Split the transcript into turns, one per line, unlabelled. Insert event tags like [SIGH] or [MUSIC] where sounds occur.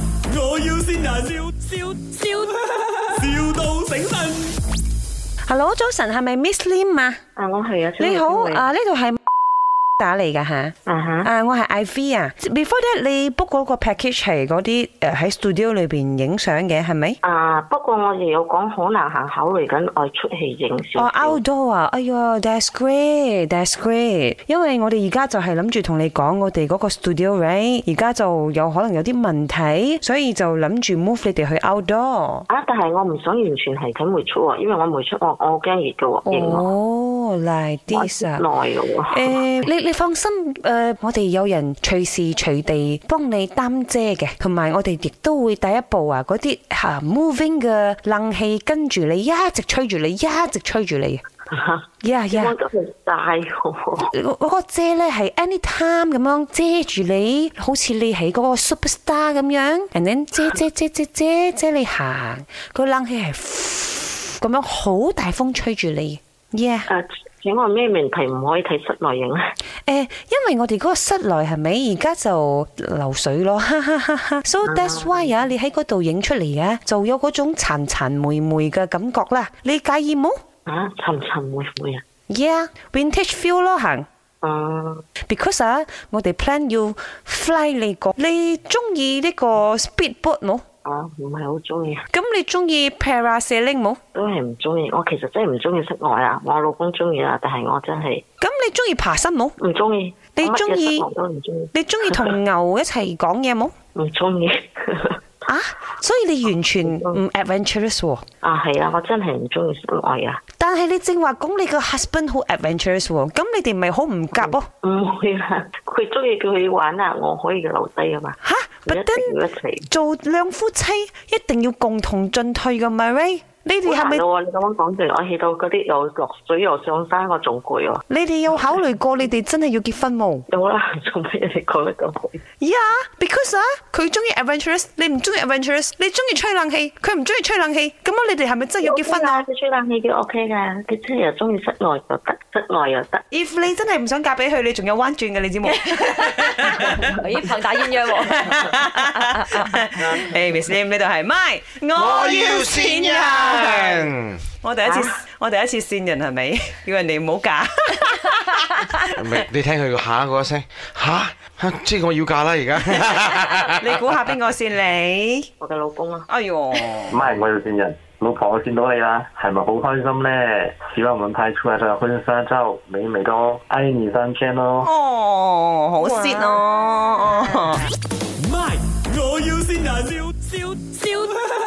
要先人，笑笑笑，, [LAUGHS] 笑到醒神。
Hello，早晨，係咪 Miss Lim 啊？
啊，我係啊，
你好，
啊，
啊呢度係 [LAUGHS] 打嚟噶吓，
啊哈，
啊我係 IV 啊。Before that，你 book 嗰個 package 係嗰啲誒喺 studio 裏邊影相嘅係咪？
啊，不過我哋有講可能行考慮緊外出去影
哦
少少。
，outdoor 啊，哎呀，that's great，that's great。因為我哋而家就係諗住同你講我哋嗰個 studio right，而家就有可能有啲問題，所以就諗住 move 你哋去 outdoor。
啊！但係我唔想完全係睇梅出喎，因為我梅出我我好驚熱嘅喎，型喎，
哦，like this 哦啊
耐。嘅喎。
誒、呃你你放心，誒、我哋有人隨時隨地幫你擔遮嘅，同埋我哋亦都會第一步啊，嗰啲嚇 moving 嘅冷氣跟住你，一直吹住你，一直吹住你。
[LAUGHS]
呀
我
呀，
都係晒嘅喎，
嗰嗰個遮咧係 anytime 咁樣遮住你，好似你喺嗰個 superstar 咁樣，人哋遮遮遮遮遮遮你行，個冷氣係咁樣好大風吹住你。Yeah。
誒，啊請問咩問題唔可以睇室內啊影咧？
誒，因為我哋嗰個室內係咪而家就流水咯，哈哈哈哈，so that's why 啊，你喺嗰度影出嚟啊，就有嗰種殘殘霉霉嘅感覺啦。你介意冇
啊，沉沉會唔會啊？
？Yeah，vintage feel 咯行
嗯，
，because 啊，我哋 plan 要 fly 你個，你中意呢個 speedboat 冇？
我啊唔係好中意，啊
咁你中意 parasailing 冇？
[LAUGHS] 都係唔中意。我其實真係唔中意室外啊，我老公中意啊，但係我真係
咁你中意爬山冇？
唔中意。
你
我乜嘢
鍾意
室外都唔中意，
你中意同牛一齊講嘢冇？
唔中意。 [LAUGHS]
啊，所以你完全唔 adventurous 喎、
啊，係啊，我真係唔中意室外啊。
但係你正話講你個 husband 好 adventurous 喎，咁你哋咪好唔夾
嗯
咯？
唔會啊！ [LAUGHS] 佢中意叫佢玩啊，我可以留低啊嘛。
吓
一
，but then
定要一齊。
做兩夫妻一定要共同進退噶嘛，Ray？你哋
好
係
難
咪？
喎！你咁樣講住，我起到嗰啲又落水又上山，我仲攰喎。
你哋有考慮過你哋真係要結婚冇
有啦， [LAUGHS] 做乜嘢你講得咁攰？
？Yeah，because 啊，佢中意 adventurous，你唔中意 adventurous，你中意吹冷氣，佢唔中意吹冷氣，咁樣你哋係咪真係要結婚啊
佢吹冷氣嘅 OK 㗎，佢真係又中意室內又得，室內又得。
？If 你真係唔想嫁俾佢，你仲有彎轉嘅，你知
[LAUGHS]
冇？ [LAUGHS]
咦，棒打鴛鴦喎！
誒，Miss Lim 呢度係 My，我善人。我第一次，我第一次善人係咪？ [LAUGHS] 叫人哋唔好 [LAUGHS] 嫁。
咪你聽佢個嚇嗰一聲嚇，嚇即係我要嫁啦而家。
[LAUGHS]
[LAUGHS]
你估下邊個先你？
我嘅老公啊，
哎呦，
唔係，我要見人。老婆，我見到你啦，係咪好開心呢？希望我們拍出來的婚紗照美美的哦，愛你三千哦。
哦，好 sweet 哦。
[LAUGHS] My，我要先人，笑笑笑，